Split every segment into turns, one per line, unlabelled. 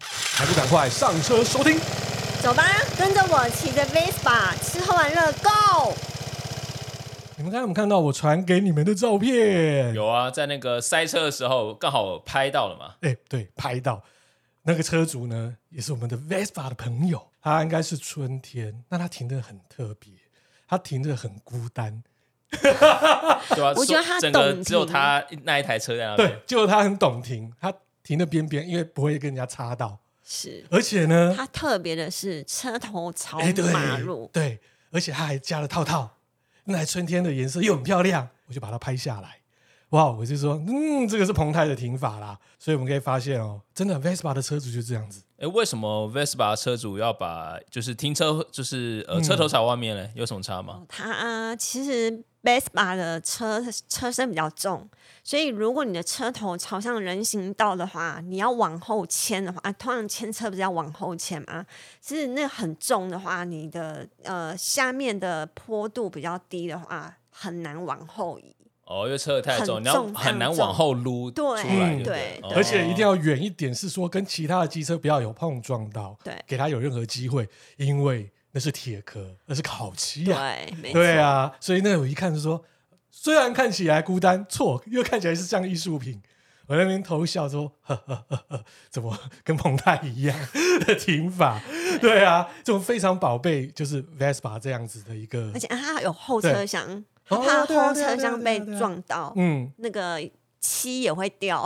还不赶快上车收听？
走吧，跟着我骑着 Vespa，吃喝玩乐 Go！
你们刚才有没有看到我传给你们的照片？
有啊，在那个塞车的时候刚好拍到了嘛。
哎、对，拍到那个车主呢，也是我们的 Vespa 的朋友，他应该是春天，那他停的很特别，他停的很孤单，
对啊，
我觉得他
整个
懂
只有
停
他那一台车在那边
对，，就是他很懂停，他停的边边，因为不会跟人家插到，
是，
而且呢，
它特别的是车头朝
哎，对，
马路，
对，而且它还加了套套，那台春天的颜色又很漂亮，我就把它拍下来。哇，我就说，嗯，这个是彭泰的停法啦，所以我们可以发现哦，真的 Vespa 的车主就这样子，
哎，为什么 Vespa 车主要把就是停车就是呃
嗯
车头朝外面嘞？有什么差吗？
它其实 Vespa 的车车身比较重，所以如果你的车头朝向人行道的话，你要往后牵的话，啊、通常牵车不是要往后牵吗？其实那很重的话，你的呃下面的坡度比较低的话，很难往后移。
哦，因为车太重，
很
你要
重
很难
很
往
重
后撸出
对
来，
嗯
对
对哦不对，
对
而且一定要远一点，是说跟其他的机车不要有碰撞到，
对
给他有任何机会，因为那是铁壳，那是烤漆呀、啊，
对，没错。
对啊，所以那我一看就说，虽然看起来孤单，错，又看起来是像艺术品。我在那边偷笑说，呵呵呵呵，怎么跟彭泰一样的停法？ 对啊，这种非常宝贝，就是 Vespa 这样子的一个
而，且它有后
对
车厢，
哦
怕
对啊
后
对啊
车
对啊
厢
对啊
被
对啊
撞到，
嗯，
那个漆也会掉。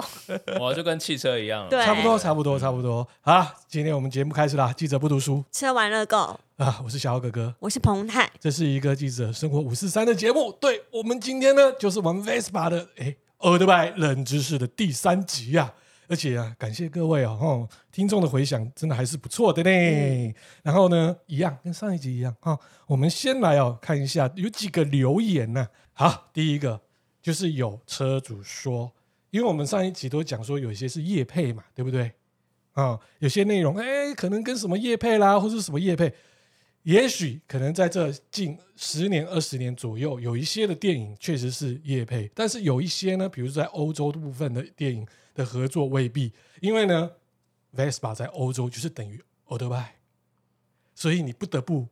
哇，哦就跟汽车一样了，
对
差不多，差不多，差不多。好啦，今天我们节目开始啦，记者不读书
吃完了够，
啊，我是小奥哥哥。
我是彭泰，
这是一个记者生活五四三的节目。对我们今天呢，就是我们 Vespa 的哎，耳朵白冷知识的第三集啊。而且啊，感谢各位哦，吼听众的回响真的还是不错的呢。然后呢，一样跟上一集一样啊、我们先来哦看一下有几个留言呢、好，第一个就是有车主说，因为我们上一集都讲说有一些是业配嘛，对不对？啊、有些内容哎，可能跟什么业配啦，或是什么业配，也许可能在这近十年、二十年左右，有一些的电影确实是业配，但是有一些呢，比如说在欧洲部分的电影的合作未必，因为呢，Vespa 在欧洲就是等于 o d o b i 所以你不得不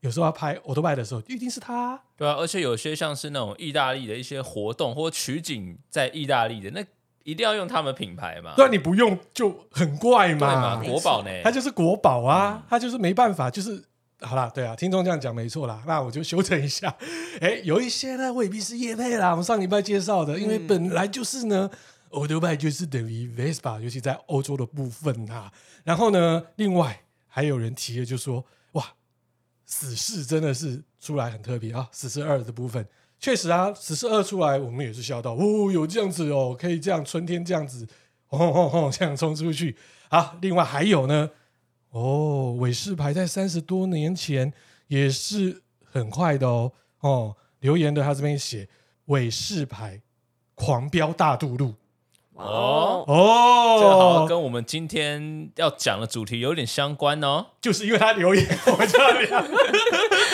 有时候要拍 o d o b i 的时候，一定是他。
对啊，而且有些像是那种意大利的一些活动或取景在意大利的，那一定要用他们品牌嘛，
那你不用就很怪
对嘛，
嘛，
国宝呢，
他就是国宝啊，他就是没办法，就是好啦，对啊，听众这样讲没错啦， 那我就修正一下。 哎，有一些呢未必是业配啦，我们上礼拜介绍的，因为本来就是呢。欧洲派就是等于 Vespa，尤其在欧洲的部分啊。然后呢，另外还有人提的就说，哇，死侍真的是出来很特别啊，死侍二的部分。确实啊，死侍二出来，我们也是笑到，哦，有这样子哦，可以这样，春天这样子，轰轰轰这样冲出去。好，另外还有呢，哦，韦氏牌在三十多年前也是很快的哦。哦，留言的他这边写韦氏牌狂飙大渡路
哇
哦，
哦，
这个好像跟我们今天要讲的主题有点相关哦。
就是因为他留言，我就要聊，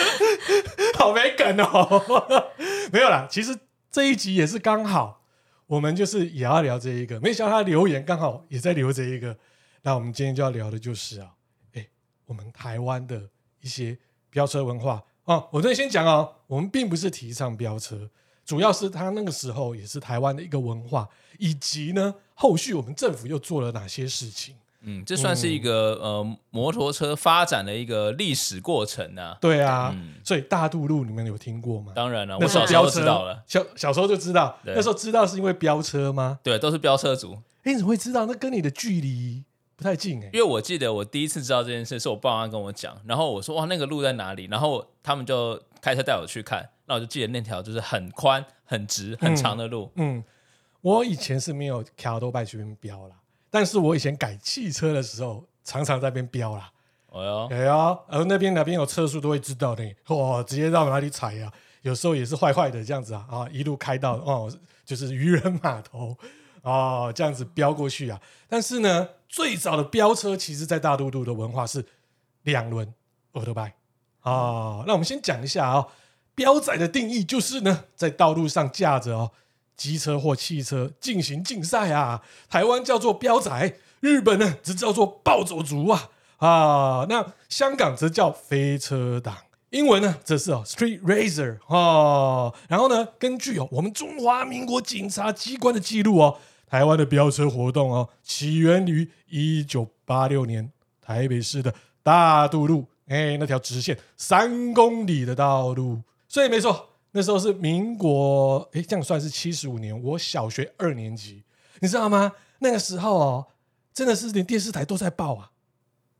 好没梗哦。 没有啦，其实这一集也是刚好，我们就是也要聊这一个，没想到他留言刚好也在留这一个。那我们今天就要聊的就是啊，哎，我们台湾的一些飙车文化哦。我这里先讲哦，我们并不是提倡飙车，主要是他那个时候也是台湾的一个文化，以及呢，后续我们政府又做了哪些事情。
嗯，这算是一个、呃摩托车发展的一个历史过程啊。
对啊，所以大渡路你们有听过吗？
当然了、
那
我
时候
小时候
飙
就
车
知道了，，
小小时候就知道。
对
那时候知道是因为飙车吗？
对，都是飙车族。
哎，你怎么会知道？那跟你的距离不太近哎
因。为我记得我第一次知道这件事是我爸妈跟我讲，然后我说哇那个路在哪里，然后他们就开车带我去看，那我就记得那条就是很宽、很直、很长的路。
嗯，我以前是没有卡多拜去那边飙啦，但是我以前改汽车的时候，常常在那边飙啦。
哦哟，
哎呀，而那边哪边有车速都会知道的， 哇，直接到哪里踩呀、有时候也是坏坏的这样子啊，啊，一路开到哦，就是渔人码头 哦，这样子飙过去啊。但是呢，最早的飙车其实在大都路的文化是两轮欧多拜哦。那我们先讲一下啊、哦，飙仔的定义就是呢，在道路上驾着哦机车或汽车进行竞赛啊，台湾叫做飙仔。日本呢只叫做暴走族啊啊，那香港则叫飞车党。英文呢，则是哦，Street Racer 哦。然后呢，根据哦我们中华民国警察机关的记录哦，台湾的飙车活动哦，起源于一九八六年台北市的大渡路，哎，那条直线三公里的道路。所以没错，那时候是民国，哎，这样算是七十五年，我小学二年级，你知道吗？那个时候哦，真的是连电视台都在报啊，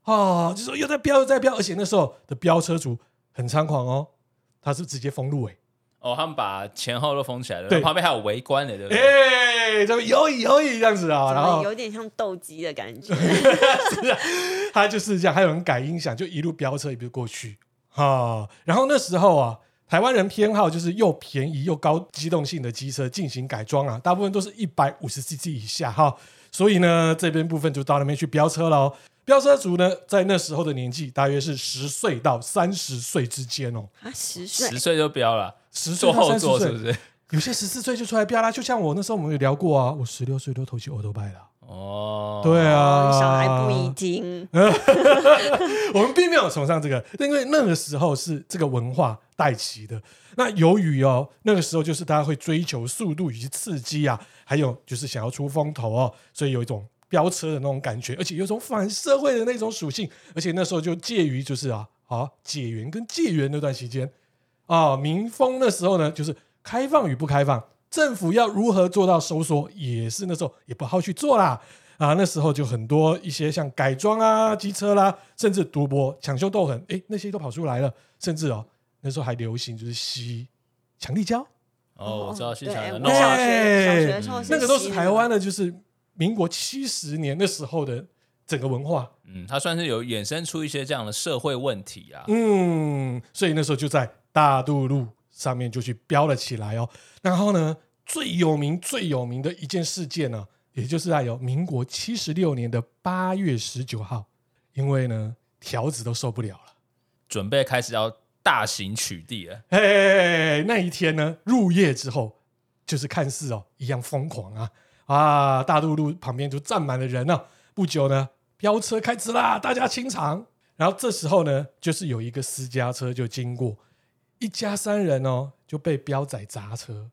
哦，就说又在飙又在飙，而且那时候的飙车族很猖狂哦，他是直接封路哎、
哦，他们把前后都封起来了，
对
旁边还有围观的，对不
哎、
对？
这个游移游移这样子啊，
怎
然后
么有点像斗鸡的感 觉？
啊他就是这样，还有人改音响，就一路飙车一路过去啊、然后那时候啊，台湾人偏好就是又便宜又高机动性的机车进行改装啊，大部分都是一百五十 CC 以下哈、所以呢，这边部分就到那边去飙车喽。飙车族呢，在那时候的年纪大约是十岁到三十岁之间哦，
啊，十岁
十岁就标了，
十岁
坐
到
后
三十
座是不
岁，
是？
有些十四岁就出来飙啦。就像我那时候我们有聊过啊，我十六岁都投起 o l d b i 了。
哦，
对啊，嗯
小孩不宜听，
我们并没有崇尚这个，因为那个时候是这个文化带起的。那由于哦，那个时候就是大家会追求速度以及刺激啊，还有就是想要出风头哦，所以有一种飙车的那种感觉，而且有一种反社会的那种属性，而且那时候就介于就是啊，啊解元跟戒元那段期间啊，民风那时候呢就是开放与不开放，政府要如何做到收缩，也是那时候也不好去做啦。啊，那时候就很多一些像改装啊、机车啦，甚至赌博、抢修斗狠，哎、那些都跑出来了。甚至哦，那时候还流行就是吸强力胶，
哦，我知道，现场
对
有
我
弄
啊
小
完
学小学的时候
那个都是
吸
台湾的，就是民国七十年那时候的整个文化。
嗯，它算是有衍生出一些这样的社会问题啊。
嗯，所以那时候就在大渡路上面就去飙了起来哦。然后呢，最有名、最有名的一件事件呢、也就是在有民国七十六年的八月十九号，因为呢条子都受不了了。
准备开始要大型取缔了，
哎，那一天呢，入夜之后，就是看似哦一样疯狂啊啊！大渡路旁边就站满了人啊。不久呢，飙车开始啦，大家清场。然后这时候呢，就是有一个私家车就经过，一家三人哦就被飙仔砸车。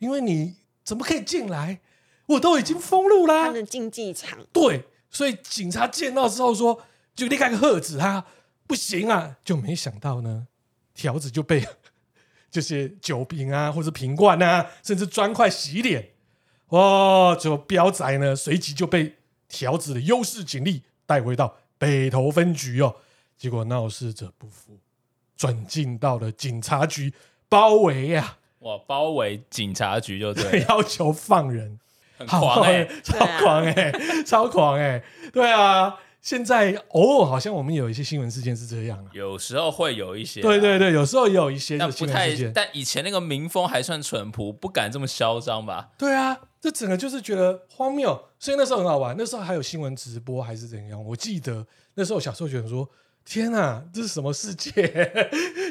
因为你怎么可以进来？我都已经封路啦
他。的竞技场，
对，所以警察见到之后说，就立刻个喝止他，不行啊！就没想到呢，条子就被 这些酒瓶啊，或者瓶罐啊，甚至砖块洗脸。哦，就彪仔呢，随即就被条子的优势警力带回到北投分局哦。结果闹事者不服，转进到了警察局包围呀、
哇，包围警察局就对了，
要求放人。
很
好
狂哎、
超
对啊
狂哎、超狂哎、对啊，现在偶尔好像我们有一些新闻事件是这样啊，
有时候会有一些啊、
对对对，有时候也有一些
但
这
不
新闻
太
事，件，
但以前那个民风还算淳朴，不敢这么嚣张吧？
对啊，这整个就是觉得荒谬，所以那时候很好玩，那时候还有新闻直播还是怎样，我记得那时候小时候觉得说。天啊，这是什么世界？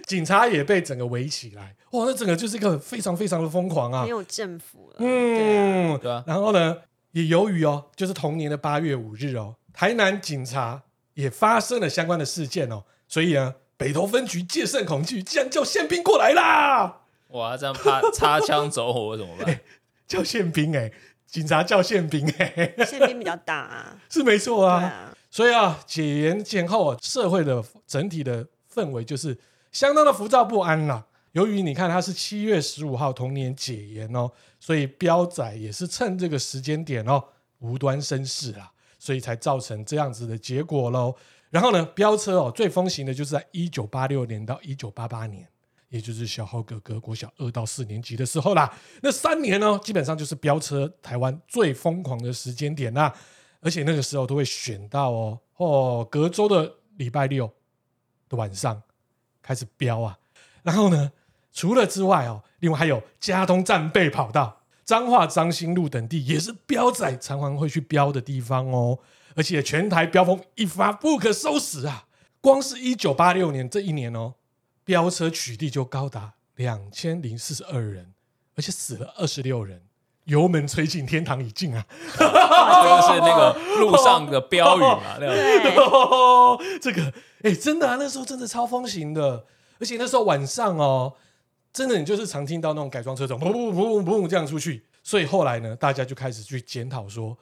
警察也被整个围起来，哇，那整个就是一个非常非常的疯狂啊！
没有政府了，对啊，
嗯，
对啊
然后呢，也由于哦，就是同年的八月五日哦，台南警察也发生了相关的事件哦，所以呢，北投分局戒慎恐惧，竟然叫宪兵过来啦！
哇，这样怕擦枪走火怎么 办？
叫宪兵哎、警察叫宪兵哎、
宪兵比较大啊，
是没错
对
啊。
啊，
所以啊，解严前后啊，社会的整体的氛围就是相当的浮躁不安啦。由于你看他是七月十五号同年解严哦，所以彪仔也是趁这个时间点哦，无端生事啦，所以才造成这样子的结果喽。然后呢，飙车哦最风行的就是在一九八六年到一九八八年，也就是小浩哥哥国小二到四年级的时候啦。那三年呢，基本上就是飙车台湾最疯狂的时间点啦。而且那个时候都会选到哦哦，隔周的礼拜六的晚上开始飙啊。然后呢，除了之外哦，另外还有加东战备跑道、彰化彰兴路等地，也是飙仔常常会去飙的地方哦。而且全台飙风一发不可收拾啊！光是一九八六年这一年哦，飙车取缔就高达两千零四十二人，而且死了二十六人，油门吹进天堂已尽啊！
就是那个路上的标语嘛，那 个
对，
哦这个，哎、真的啊，那时候真的超风行的，而且那时候晚上哦，真的你就是常听到那种改装车种，砰砰砰砰砰这样出去。所以后来呢，大家就开始去检讨说，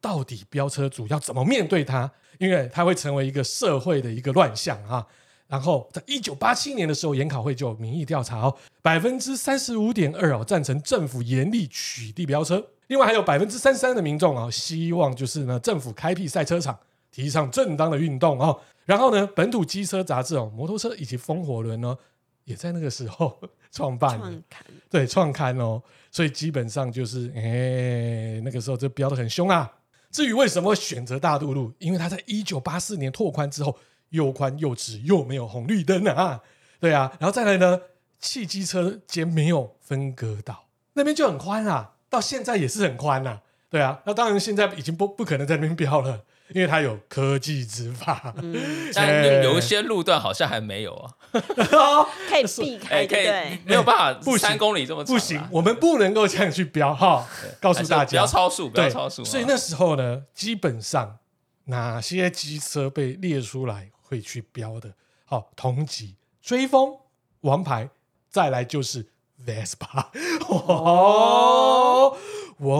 到底飙车主要怎么面对它，因为它会成为一个社会的一个乱象啊。然后在一九八七年的时候，研考会就有民意调查哦，百分之三十五点二哦赞成政府严厉取缔飙车，另外还有百分之三三的民众啊、希望就是呢政府开辟赛车场，提倡正当的运动哦。然后呢，本土机车杂志哦，摩托车以及风火轮呢，也在那个时候创办了
创刊
对创刊哦，所以基本上就是哎、那个时候就标的很凶啊。至于为什么选择大渡路，因为它在一九八四年拓宽之后，又宽又直，又没有红绿灯啊，对啊，然后再来呢，汽机车间没有分隔岛，那边就很宽啊，到现在也是很宽啊，对啊，那当然现在已经不不可能在那边标了，因为它有科技执法，
但嗯有有一些路段好像还没有啊，
哎
可以避
哎，
开，
可
对不对
以？没有办
不
法，
行
三公里这么长
不
啊
行，，我们不能够这样去标哈，告诉大
还是不
家
要超速，不要
对，
超速啊。
所以那时候呢，基本上哪些机车被列出来会去标的？好，同级追风王牌，再来就是 Vespa。哦，哇！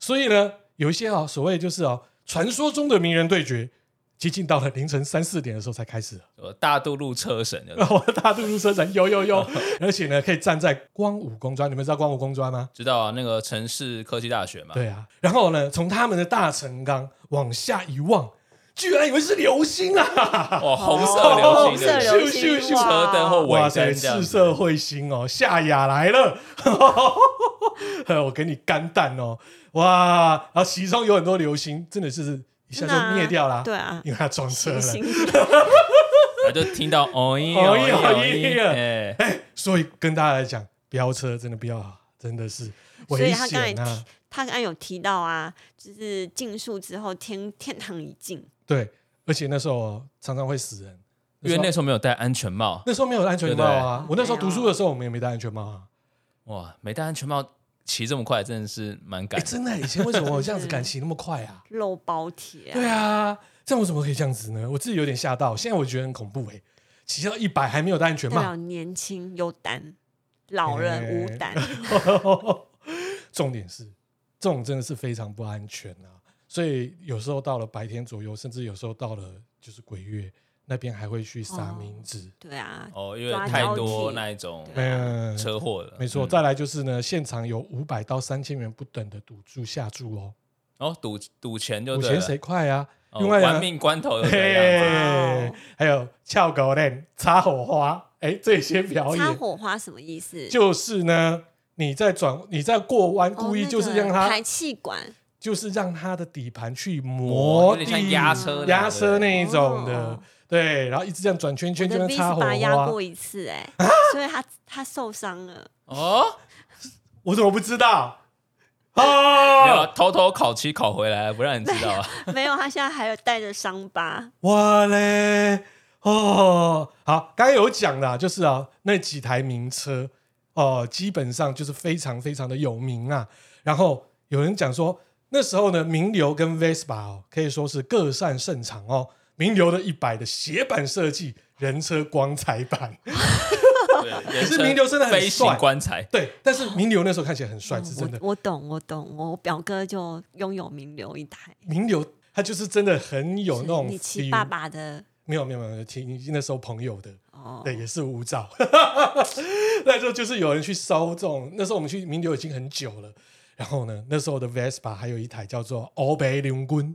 所以呢，有一些啊、所谓就是哦，传说中的名人对决，接近到了凌晨三四点的时候才开始。
呃大渡路车神有没
然
有
后大渡路车站有有 有，而且呢，可以站在光武公专，你们知道光武公专吗？
知道啊，那个城市科技大学嘛，
对啊，然后呢，从他们的大成钢往下一望，居然以为是流星 啊！
哇，红色
哦
流
红
行
色
的
流
咻咻咻
行
车灯或
哇
哇
尾
塞，
灯这样
赤
子
色。彗星哦，夏亚来了， 呃我给你干蛋哦，哇！然后其中有很多流星，真的是一下
真的
就
啊
灭掉啦，
对啊
因为它撞车
行
了。
行
我就听到哦咦
哦
哦
咦
咦
哦
哦
咦
咦，哎，
所以跟大家来讲，飙车真的不要，啊真的是
所
危
以他刚才
险啊
提。他刚才有提到啊，就是竞速之后天天堂已尽，
对，而且那时候哦常常会死人，
因为那
时候
时候没有戴安全帽，
那时候没有安全帽啊，
对
我
不对
那时候读书的时候我们也没戴安全帽啊。
哇，没戴安全帽骑这么快真的是蛮
哎、
赶的。
真的、以前为什么我这样子敢骑那么快 啊？
肉包铁、
对啊，这样我怎么可以这样子呢？我自己有点吓到，现在我觉得很恐怖哎、骑到一百还没有戴安全
代表
帽，
年轻有胆，老人
哎
无胆。
啊
重点是这种真的是非常不安全啊！所以有时候到了白天左右，甚至有时候到了就是鬼月那边还会去撒
哦
冥纸。
对啊，
哦，因为
抓
太
交
多
替
那一种
嗯，
啊车祸了。
没错。
嗯
再来就是呢，现场有五百到三千元不等的赌注下注哦，
哦，赌赌钱就
赌
对
钱
了，
谁快啊？
哦
另外呢
玩命关头的这样子。
嘿，还有翘狗链、插火花，哎、这些表
插
演
火花什么意思？
就是呢，你在转，你在过弯，
哦
故意
那
就是
个
让它，
排气管，
就是让它的底盘去
哦
磨
有
地，
点像压车的，
压车
对
那一种的，
哦
对，然后一直这样转圈
我
圈，就
的
像
V
插
十
火
八压
花。
过一 次哎、所以他他受伤了。
不对哦，
我怎么不知道？啊、
没有偷偷烤漆烤回来，不让你知道啊。
没有，他现在还有带着伤 疤。
哇嘞，哦，好，刚刚有讲啦，就是啊，那几台名车哦、基本上就是非常非常的有名啊。然后有人讲说，那时候呢，名流跟 Vespa 哦，可以说是各擅胜场哦。名流的一百的斜板设计，人车光彩 版，
对，
是名流真的很
飞
帅
行棺材，
对。但是名流那时候看起来很帅，
嗯
是真的。
我我懂，我懂，我表哥就拥有名流一台，
名流他就是真的很有那种
你骑
feel
爸爸的
没有没有没有，听那时候朋友的。
哦，
对，也是无照。 那时候就是有人去收这种，那时候我们去名流已经很久了。然后呢，那时候的 Vespa 还有一台叫做欧北龙棍，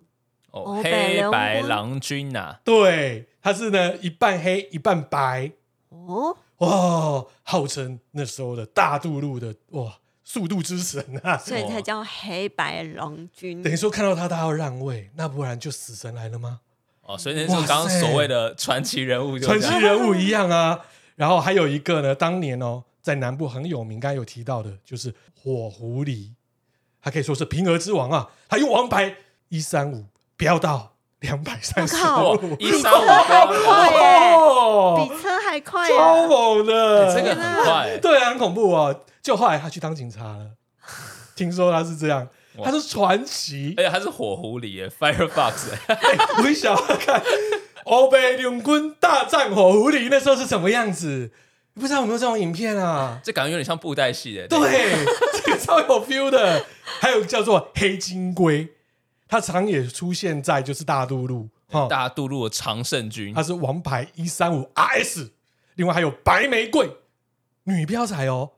哦，
哦北
黑
流
白
光
郎君啊呐，
对，它是呢一半黑一半白，
哦，
哇，号称那时候的大渡路的哇速度之神啊！
所以
哦
才叫黑白郎君。
等于说看到他，他要让位，那不然就死神来了吗？
哦，所以那是刚
哇
刚
塞
所谓的传奇人物，
传奇人物一样啊。然后还有一个呢，当年哦，在南部很有名，刚才有提到的，就是火狐狸，它可以说是平和之王啊。它用王牌一三五飙到两百三十
我
五，
一三五 八，
快耶
哦
比，车还快
超
啊！
猛的，
哎这个很快，
对啊，很恐怖哦。就后来他去当警察了，听说他是这样，
哇
他是传奇。
而且它是火狐狸耶，Firefox，耶
我一想要看欧北两军大战火狐狸那时候是什么样子，不知道有没有这种影片啊？
这感觉有点像布袋戏的。
对，这个超有 feel 的。还有叫做黑金龟，它常也出现在就是大渡路哈，
大渡路的常胜军
它，是王牌一三五 RS，另外还有白玫瑰女标仔哦，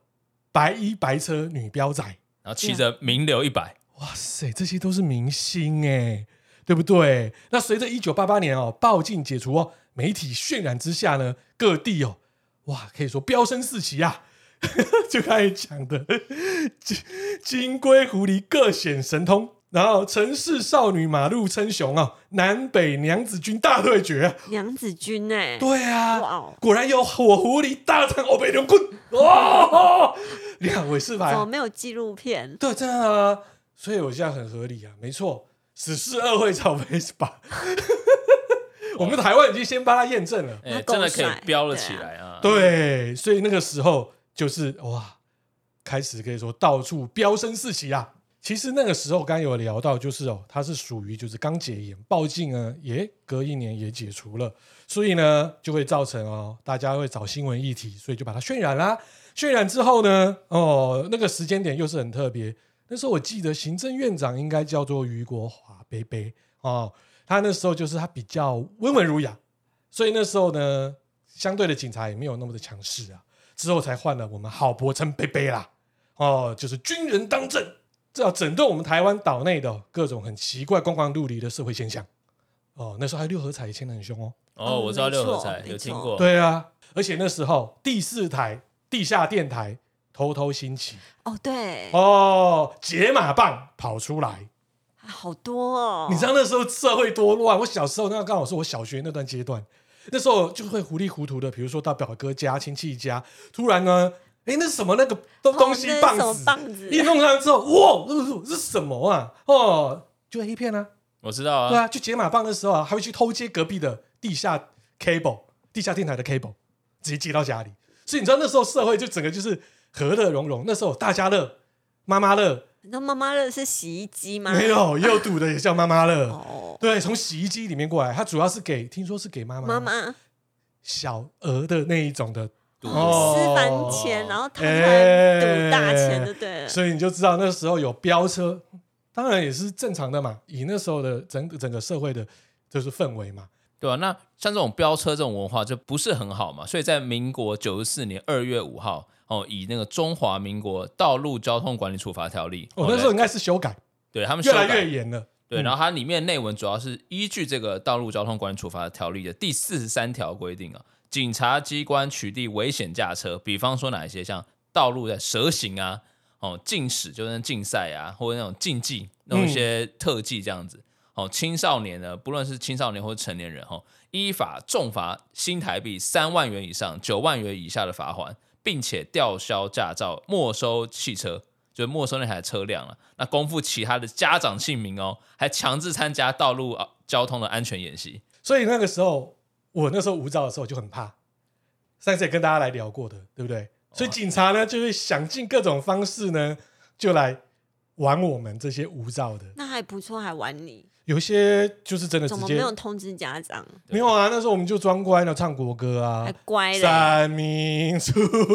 白衣白车女标仔，
然后骑着名流一百，
哇塞，这些都是明星哎、对不对？那随着一九八八年哦暴禁解除哦，媒体渲染之下呢，各地哦，哇，可以说飙升四起啊。 就刚才讲的金金龟狐狸各显神通，然后城市少女马路称雄啊，南北娘子军大对决啊，
娘子军哎、
对
哇
啊
哦，
果然有火狐狸大战欧北流棍哦，两尾是牌
怎么没有纪录片？
对，真的啊，所以我现在很合理啊，没错，死侍二会找 Vespa，我们台湾已经先帮他验证了，
哎、
它够
真的可
帅
以飙了
对啊
起来啊！
对，所以那个时候就是哇，开始可以说到处飙升四起啊。其实那个时候刚有聊到，就是哦，它是属于就是刚解严，报禁呢也隔一年也解除了，所以呢就会造成哦，大家会找新闻议题，所以就把它渲染啦。渲染之后呢，哦，那个时间点又是很特别。那时候我记得行政院长应该叫做于国华贝贝哦，他那时候就是他比较温文儒雅，所以那时候呢，相对的警察也没有那么的强势啊。之后才换了我们郝柏村贝贝啦，哦，就是军人当政，这要整顿我们台湾岛内的各种很奇怪、光怪陆离的社会现象。哦，那时候还六合彩也签的很凶哦。
哦，我知道
没错
六合彩
没
有听
错
过，
对啊，而且那时候第四台地下电台偷偷兴起
哦，对，
哦，解码棒跑出来。
啊好多哦。
你知道那时候社会多乱？我小时候那刚好是我小学那段阶段，那时候就会糊里糊涂的，比如说到表哥家、亲戚家，突然呢，哎，那是什么那个东
哦
东西
那是
棒
什么
子，
棒子
一弄上去之后，哇，这是什么啊？哦，就 A 片啊，
我知道
对
啊，
啊，去解码棒的时候啊，还会去偷接隔壁的地下 cable、地下电台的 cable，直接接到家里。所以你知道那时候社会就整个就是和乐融融，那时候大家乐、妈妈乐，
那妈妈乐是洗衣机吗？
没有又赌的也叫妈妈乐。
哦，
对，从洗衣机里面过来，它主要是给，听说是给妈妈
妈嗯妈
小额的那一种的，
赌
哦
吃饭钱，然后掏出
哎
来赌大钱，就对了。
所以你就知道那时候有飙车，当然也是正常的嘛，以那时候的整整个社会的就是氛围嘛，
对啊吧、那像这种飙车这种文化就不是很好嘛，所以在民国九十四年二月五号，哦，以那个《中华民国道路交通管理处罚条例》
我、
哦，
那时候应该是修改，
对
哦
他们修
越
改
来越严了。
对，
嗯
然后它里面内文主要是依据这个《道路交通管理处罚条例》的第四十三条规定啊，警察机关取缔危险驾车，比方说哪一些像道路的蛇行啊，哦，竞驶就是那竞赛啊，或者那种竞技那种一些特技这样子。哦，青少年呢，不论是青少年或是成年人，哦，依法重罚新台币三万元以上九万元以下的罚款，并且吊销驾照、没收汽车，就没收那台车辆了。那公布其他的家长姓名哦，还强制参加道路啊交通的安全演习。
所以那个时候，我那时候无照的时候就很怕，上次也跟大家来聊过的，对不对？所以
哦
警察呢，就会想尽各种方式呢，就来玩我们这些无照的，
那还不错，还玩你，
有一些就是真的直
怎么
接
没有通知家长？
没有啊，那时候我们就装乖了，唱国歌啊
还，乖嘞，
三民主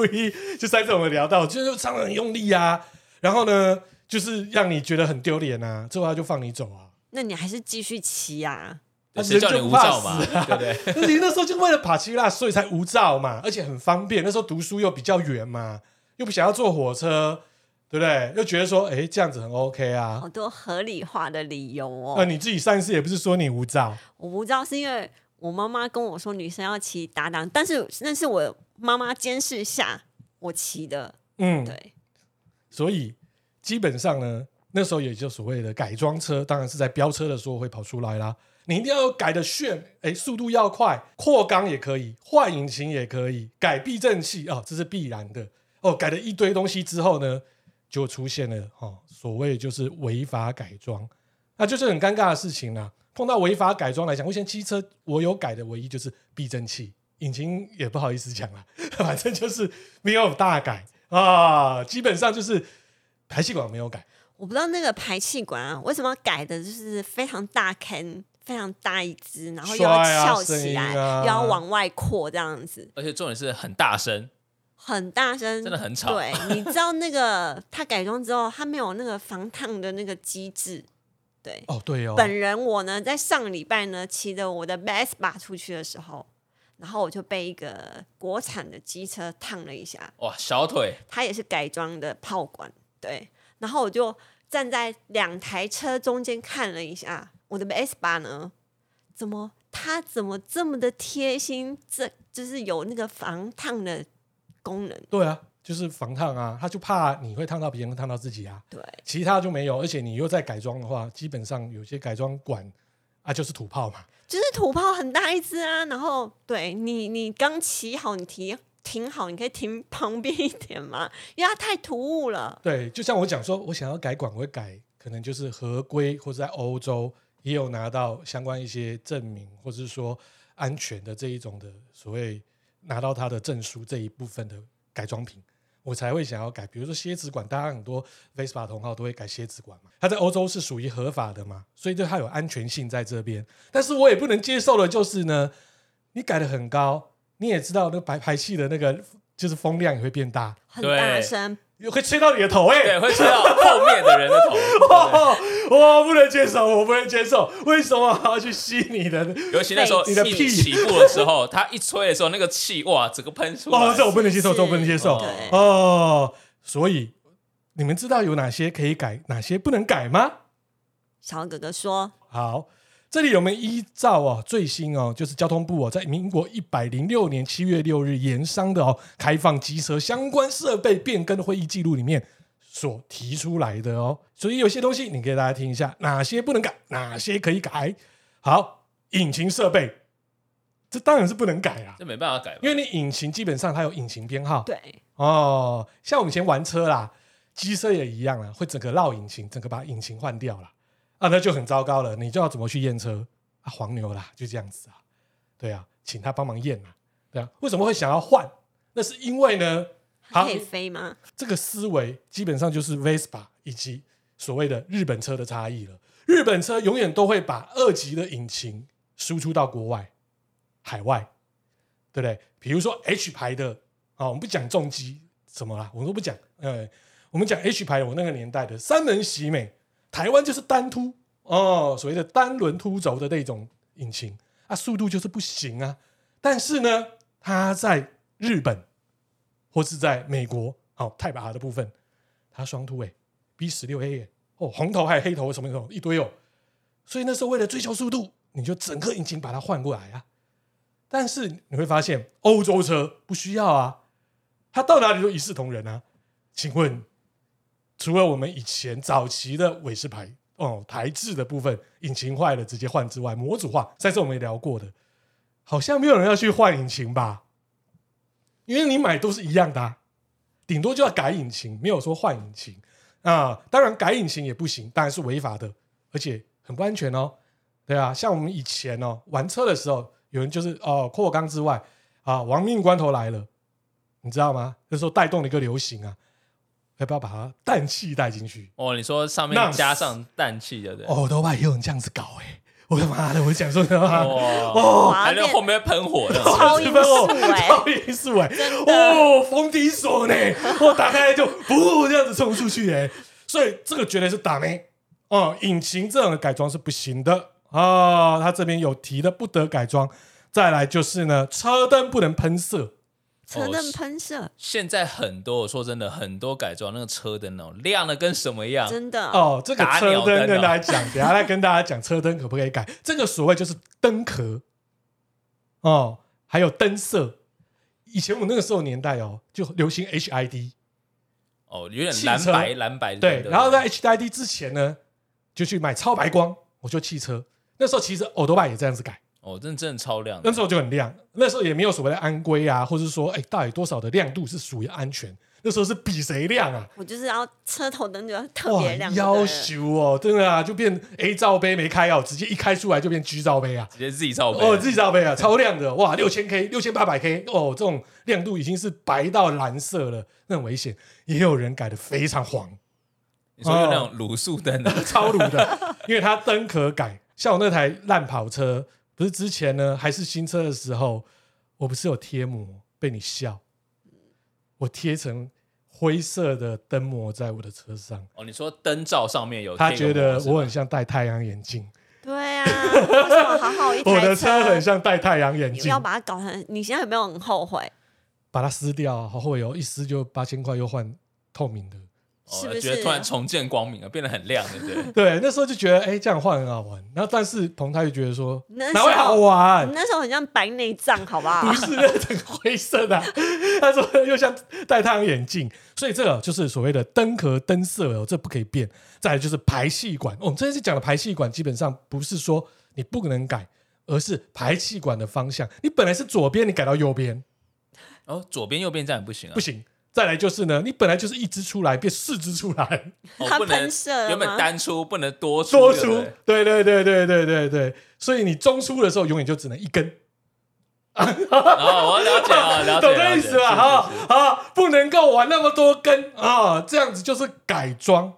义， 就上次我们聊到，就是唱的很用力啊，然后呢，就是让你觉得很丢脸啊，最后他就放你走啊。
那你还是继续骑啊？
啊
谁叫你
人就
无
怕
照嘛？
死啊
对不对？
但是那时候就为了爬希腊，所以才无照嘛，而且很方便。那时候读书又比较远嘛，又不想要坐火车，对不对？又觉得说，哎，这样子很 OK 啊
好。多合理化的理由
那、
哦。
你自己上一次也不是说你无照，
我不知道是因为我妈妈跟我说女生要骑打挡，但是那是我妈妈监视下我骑的，
嗯，
对，
所以基本上呢，那时候也就所谓的改装车，当然是在飙车的时候会跑出来啦。你一定要有改的炫，哎，速度要快，扩缸也可以，换引擎也可以，改避震器哦，这是必然的哦。改了一堆东西之后呢，就出现了哦，所谓就是违法改装，那就是很尴尬的事情啦。碰到违法改装来讲，我现在机车我有改的唯一就是避震器，引擎也不好意思讲啦， 反正就是没有大改啊，基本上就是排气管没有改，
我不知道那个排气管啊，为什么要改的就是非常大坑，非常大一只，然后又要
帅啊
翘起来，
声音啊
又要往外扩这样子，
而且重点是很大声，
很大声，
真的很吵
对，你知道那个它改装之后，它没有那个防烫的那个机制，对，
哦，对哦，
本人我呢，在上礼拜呢，骑着我的 Vespa 出去的时候，然后我就被一个国产的机车烫了一下，
哇，小腿
它也是改装的炮管，对。然后我就站在两台车中间看了一下，我的 Vespa 呢，怎么它怎么这么的贴心？这就是有那个防烫的功能，
对啊，就是防烫啊，他就怕你会烫到别人，烫到自己啊，
对。
其他就没有。而且你又在改装的话，基本上有些改装管啊就是土炮嘛，
就是土炮很大一只啊，然后对你，你刚骑好，你停停好，你可以停旁边一点嘛，因为它太突兀了。
对，就像我讲说，我想要改管，我会改，可能就是合规或者在欧洲也有拿到相关一些证明，或者是说安全的这一种的所谓拿到它的证书这一部分的改装品。我才会想要改，比如说蝎子管，大家很多 Vespa 同号都会改蝎子管嘛。它在欧洲是属于合法的嘛，所以对它有安全性在这边。但是我也不能接受的就是呢，你改的很高，你也知道那个排排气的那个就是风量也会变大，
很
对
大声，
也会吹到你的头哎、
对，会吹到后面的人的头，对
哦，我不能接受，我不能接受，为什么还要去吸你的？
尤其那时候
你的
一
屁
起步的时候，他一吹的时候，那个气哇，整个喷出来。
哦，这我不能接受，
是
这我不能接受。
对
哦，所以你们知道有哪些可以改，哪些不能改吗？
小哥哥说
好，这里我们依照哦最新哦，就是交通部哦，在民国一百零六年七月六日研商的哦开放机车相关设备变更会议记录里面所提出来的哦，所以有些东西你给大家听一下，哪些不能改，哪些可以改。好，引擎设备，这当然是不能改啊，
这没办法改吧，
因为你引擎基本上它有引擎编号，
对，
哦，像我们以前玩车啦，机车也一样啦，会整个绕引擎，整个把引擎换掉啦。啊，那就很糟糕了。你就要怎么去验车啊？黄牛啦，就这样子啊，对啊，请他帮忙验啊，对啊。为什么会想要换？那是因为呢，
它
好
可，以飞吗？
这个思维基本上就是 Vespa 以及所谓的日本车的差异了。日本车永远都会把二级的引擎输出到国外、海外，对不对？比如说 H 牌的啊、我们不讲重机什么啦，我们都不讲。呃，我们讲 H 牌，我那个年代的三门喜美，台湾就是单凸哦，所谓的单轮凸轴的那种引擎啊，速度就是不行啊。但是呢，它在日本或是在美国，哦，泰巴哈的部分，它双突诶，B 十六 A 耶，哦，红头还有黑头什么什么一堆哦，所以那时候为了追求速度，你就整个引擎把它换过来啊。但是你会发现，欧洲车不需要啊，它到哪里都一视同仁啊。请问，除了我们以前早期的尾式牌哦台制的部分，引擎坏了直接换之外，模组化，上次我们也聊过的，好像没有人要去换引擎吧？因为你买都是一样的、啊，顶多就要改引擎，没有说换引擎啊、当然改引擎也不行，当然是违法的，而且很不安全哦。对啊，像我们以前哦玩车的时候，有人就是哦扩缸之外啊，亡命关头来了，你知道吗？那时候带动了一个流行啊，要不要把它氮气带进去？
哦，你说上面
那
加上氮气的，对不对，
哦，都外也有人这样子搞哎、我他妈的，我想 说他妈
哇，
哇
还有
变
后面会喷火 的，
超音速哎、
超音速哎、哦，风笛手 呢，我打开来就噗这样子冲出去哎、所以这个绝对是打呢哦，引擎这样的改装是不行的啊、哦，他这边有提的不得改装，再来就是呢，车灯不能喷射，
车灯喷射，
现在很多，我说真的，很多改装那个车灯哦，亮的跟什么一样？
真的，
哦，这个
打
车
鸟
灯
灯
跟
哦
大家讲，等一下再跟大家讲车灯可不可以改。这个所谓就是灯壳哦，还有灯色。以前我那个时候年代哦，就流行 HID，
哦，有点
汽
蓝
车
白蓝白的灯。
对，然后
不
在 HID 之前呢，就去买超白光，我就汽车。那时候其实 o d o b i 也这样子改，
哦，真的真的超亮的
那时候就很亮。那时候也没有所谓的安规啊，或者是说，哎，到底多少的亮度是属于安全？那时候是比谁亮啊？
我就是要车头灯就要特
哇
别亮，，
要求哦，真的啊，就变 A 罩杯没开哦，直接一开出来就变 G 罩杯啊。
直接自己照
哦，
背。
自己罩杯啊，超亮的，哇，六千 K、六千八百 K，哦，这种亮度已经是白到蓝色了，那很危险。也有人改的非常黄，
你说用那
哦
种卤素灯啊，
超鲁的， 因为它灯壳改。像我那台烂跑车，不是之前呢还是新车的时候，我不是有贴膜，被你笑，我贴成灰色的灯膜在我的车上，
哦，你说灯罩上面有
他
贴
觉
个
得
膜是
我
吧
很像戴太阳眼镜，
对啊，为什么好好一台
我的 车很像戴太阳眼
你
镜
要，把它搞成，你现在有没有很后悔？
把它撕掉啊，好后悔哦，一撕就八千块，又换透明的。？
哦
是不
觉得
是
突然重见光明了，变得很亮，对不对
对，那时候就觉得，哎、这样换很好玩。然后，但是彭泰就觉得说，
那
哪会
时候
好玩
你？那时候很像白内障，好不好
不？是那种灰色的啊、他说又像戴太阳眼镜，所以这个就是所谓的灯壳灯色哦，这不可以变。再来就是排气管，我们这次讲的排气管基本上不是说你不能改，而是排气管的方向，你本来是左边，你改到右边
哦，左边右边这样也不行啊，
不行。再来就是呢，你本来就是一只出来，变四只出来，
哦，
它
不能
喷射了吗
原本单出不能多出，
多
对不
出对
对，
对对对对对对，所以你中出的时候永远就只能一根，
哦，我了 解了，了解，
懂这意思吧？
了解
哈
是是是
啊，不能够玩那么多根啊，这样子就是改装，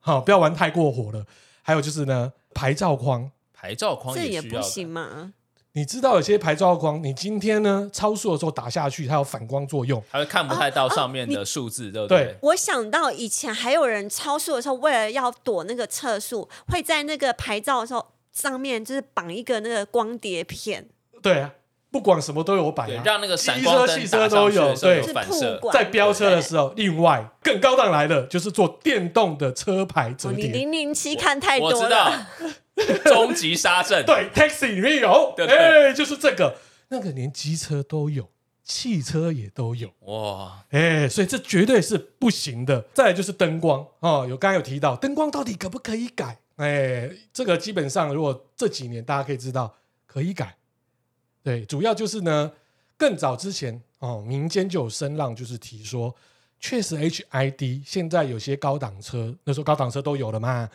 好，不要玩太过火了。还有就是呢，牌照框，
牌照框
这也
需
不
要改
行嘛？
你知道有哦些牌照框，你今天呢超速的时候打下去，它有反光作用。
还会看不太
哦
到上面的数字，对不
对？
我想到以前还有人超速的时候，为了要躲那个测速，会在那个牌照的时候上面就是绑一个那个光碟片，
对啊，不管什么都有摆
对，
啊。
让那个闪光
机车
灯打
汽车都
上去
有
的时候
对
有
是
反
铺
射，
管。
在飙车的时候，另外更高档来了，就是做电动的车牌折
哦你
叠。
零零七看太
我
多
知道
了，，
终极杀阵，
对，taxi 里面有，
对对
哎，就是这个，那个连机车都有，汽车也都有。
哇，
哎，所以这绝对是不行的。再来就是灯光哦，有刚刚有提到灯光到底可不可以改？哎，这个基本上如果这几年大家可以知道可以改，对，主要就是呢，更早之前哦，民间就有声浪，就是提说，确实 HID 现在有些高档车，那时候高档车都有了嘛，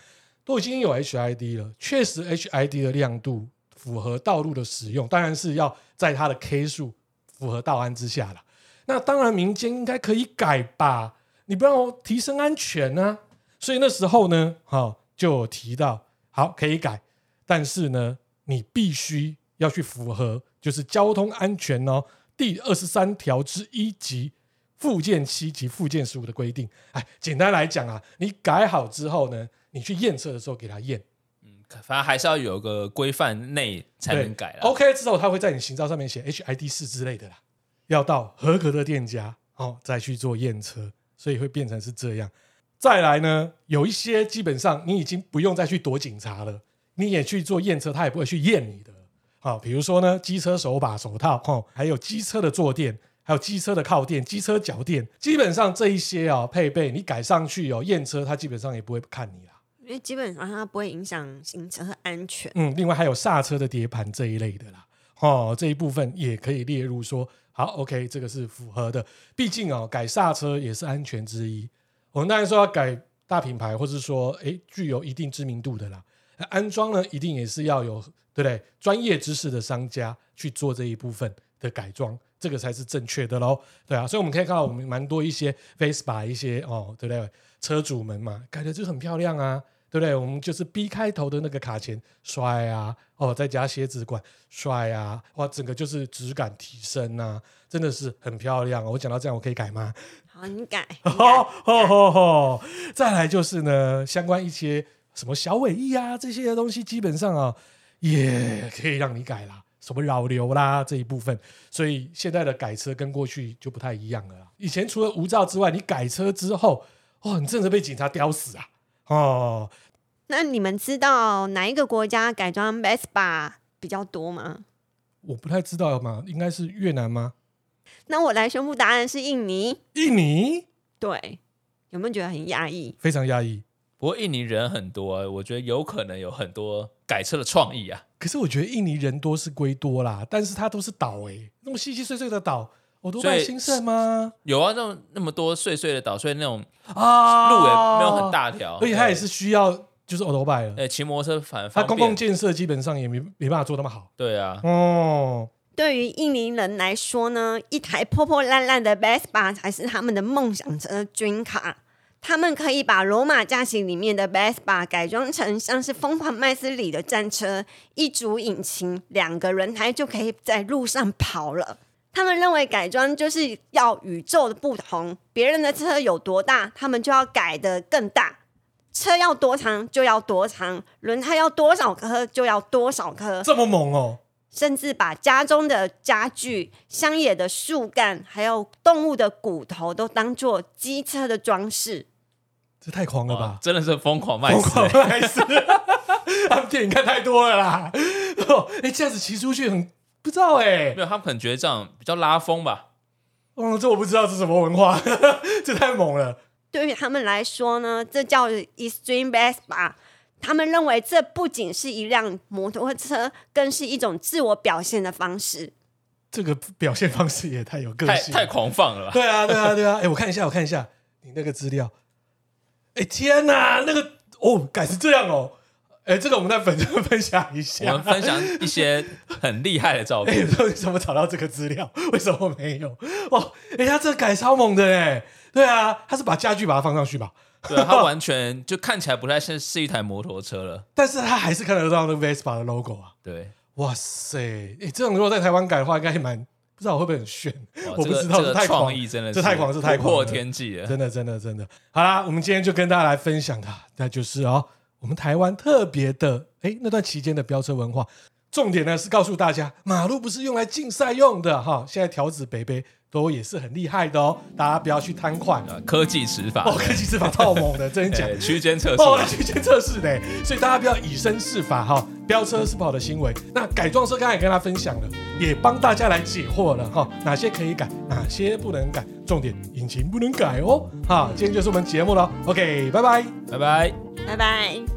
都已经有 HID 了，确实 HID 的亮度符合道路的使用，当然是要在它的 K 数符合道安之下啦。那当然，民间应该可以改吧？你不让我提升安全啊！所以那时候呢，哈、就有提到，好可以改，但是呢，你必须要去符合就是交通安全哦第二十三条之一及附件七及附件十五的规定。哎，简单来讲啊，你改好之后呢，你去验车的时候给他验，
反正还是要有个规范内才能改
对
啦。
OK 之后，他会在你行照上面写 HID 四之类的啦，要到合格的店家哦再去做验车，所以会变成是这样。再来呢，有一些基本上你已经不用再去躲警察了，你也去做验车，他也不会去验你的。好、比如说呢，机车手把、手套，哦，还有机车的坐垫，还有机车的靠垫、机车脚垫，基本上这一些啊、配备你改上去哦，验车他基本上也不会看你啦。
因为基本上它不会影响行车安全。
嗯，另外还有刹车的碟盘这一类的啦，哦，这一部分也可以列入说，好，OK，这个是符合的。毕竟哦，改刹车也是安全之一。我们当然说要改大品牌，或是说，诶，具有一定知名度的啦。那安装呢，一定也是要有对不对专业知识的商家去做这一部分的改装，这个才是正确的喽。对啊，所以我们可以看到我们蛮多一些 Vespa 一些哦，对不对？车主们嘛，改的就很漂亮啊，对不对？我们就是 B 开头的那个卡钳帅啊，哦，再加蝎子管帅啊，哇，整个就是质感提升啊，真的是很漂亮、哦。我讲到这样，我可以改吗？
好，你改， 你改
哦吼吼吼！再来就是呢，相关一些什么小尾翼啊这些的东西，基本上啊也可以让你改啦，什么扰流啦这一部分。所以现在的改车跟过去就不太一样了啦。以前除了无照之外，你改车之后，哦，你真的被警察叼死啊！哦，
那你们知道哪一个国家改装 Vespa 比较多吗？
我不太知道嘛，应该是越南吗？
那我来宣布答案是印尼。
印尼
对，有没有觉得很压抑？
非常压抑，
不过印尼人很多啊，我觉得有可能有很多改车的创意啊。
可是我觉得印尼人多是归多啦，但是它都是岛诶、那么细细碎碎的岛，我都拜
所以
兴盛吗？
有啊，那种那么多碎碎的岛，所以那种
啊
路也没有很，大条，
哦而且它也是需要就是 o l 拜了，
哎，骑摩托车反而
它
方
公共
便。
建设基本上也没没办法做那么好
对啊，
哦。
对于印尼人来说呢，一台破破烂烂的 Vespa 才是他们的梦想车军卡。他们可以把罗马假期里面的 Vespa 改装成像是《疯狂麦斯里》的战车，一组引擎，两个轮胎就可以在路上跑了。他们认为改装就是要宇宙的不同，别人的车有多大，他们就要改得更大。车要多长就要多长，轮胎要多少颗就要多少颗，
这么猛哦、
甚至把家中的家具、乡野的树干，还有动物的骨头都当做机车的装饰。
这太狂了吧
哇！真的是疯狂卖
疯
死、
狂
欸，
麦斯， 他们电影看太多了啦。哦哎、这样子骑出去很不知道哎、
没有他们可能觉得这样比较拉 风吧。
哦，这我不知道是什么文化， 这太猛了。
对于他们来说呢，这叫 extreme Vespa。他们认为这不仅是一辆摩托车，更是一种自我表现的方式。
这个表现方式也太有个
太
性了，
太狂放了吧？
对啊，对啊，对啊！哎、我看一下，我看一下你那个资料。哎、天哪，那个哦，改成这样哦。哎、这个我们在粉专分享一
我
下。
们分享一些很厉害的照
哎、
片，
不知道为什么找到这个资料？为什么没有？哦，哎、他这个改超猛的哎。对啊，他是把家具把它放上去吧，
对啊，它完全就看起来不太像是一台摩托车了。
但是他还是看得到那个 Vespa 的 logo 啊。
对，
哇塞，哎、这种如果在台湾改的话，应该也蛮不知道会不会很炫，
哇
我不
这个
知道，
这
太
个
狂
创意真的
这太狂，这太
突
狂
破
了
天际了。
真的，真的，真的。好啦，我们今天就跟大家来分享的，那就是哦，我们台湾特别的，哎，那段期间的飙车文化。重点呢是告诉大家，马路不是用来竞赛用的哈。现在条子北北都也是很厉害的哦，大家不要去贪快。
啊科技执法，
哦，科技执法超猛的，真讲
哎。区间测
哦，
速
来，去监测试的，所以大家不要以身试法哈、飙车是不好的行为。那改装车刚才也跟他分享了，也帮大家来解惑了哈、哪些可以改，哪些不能改，重点引擎不能改哦。哈，今天就是我们节目了，OK，拜拜。
拜拜。
拜拜。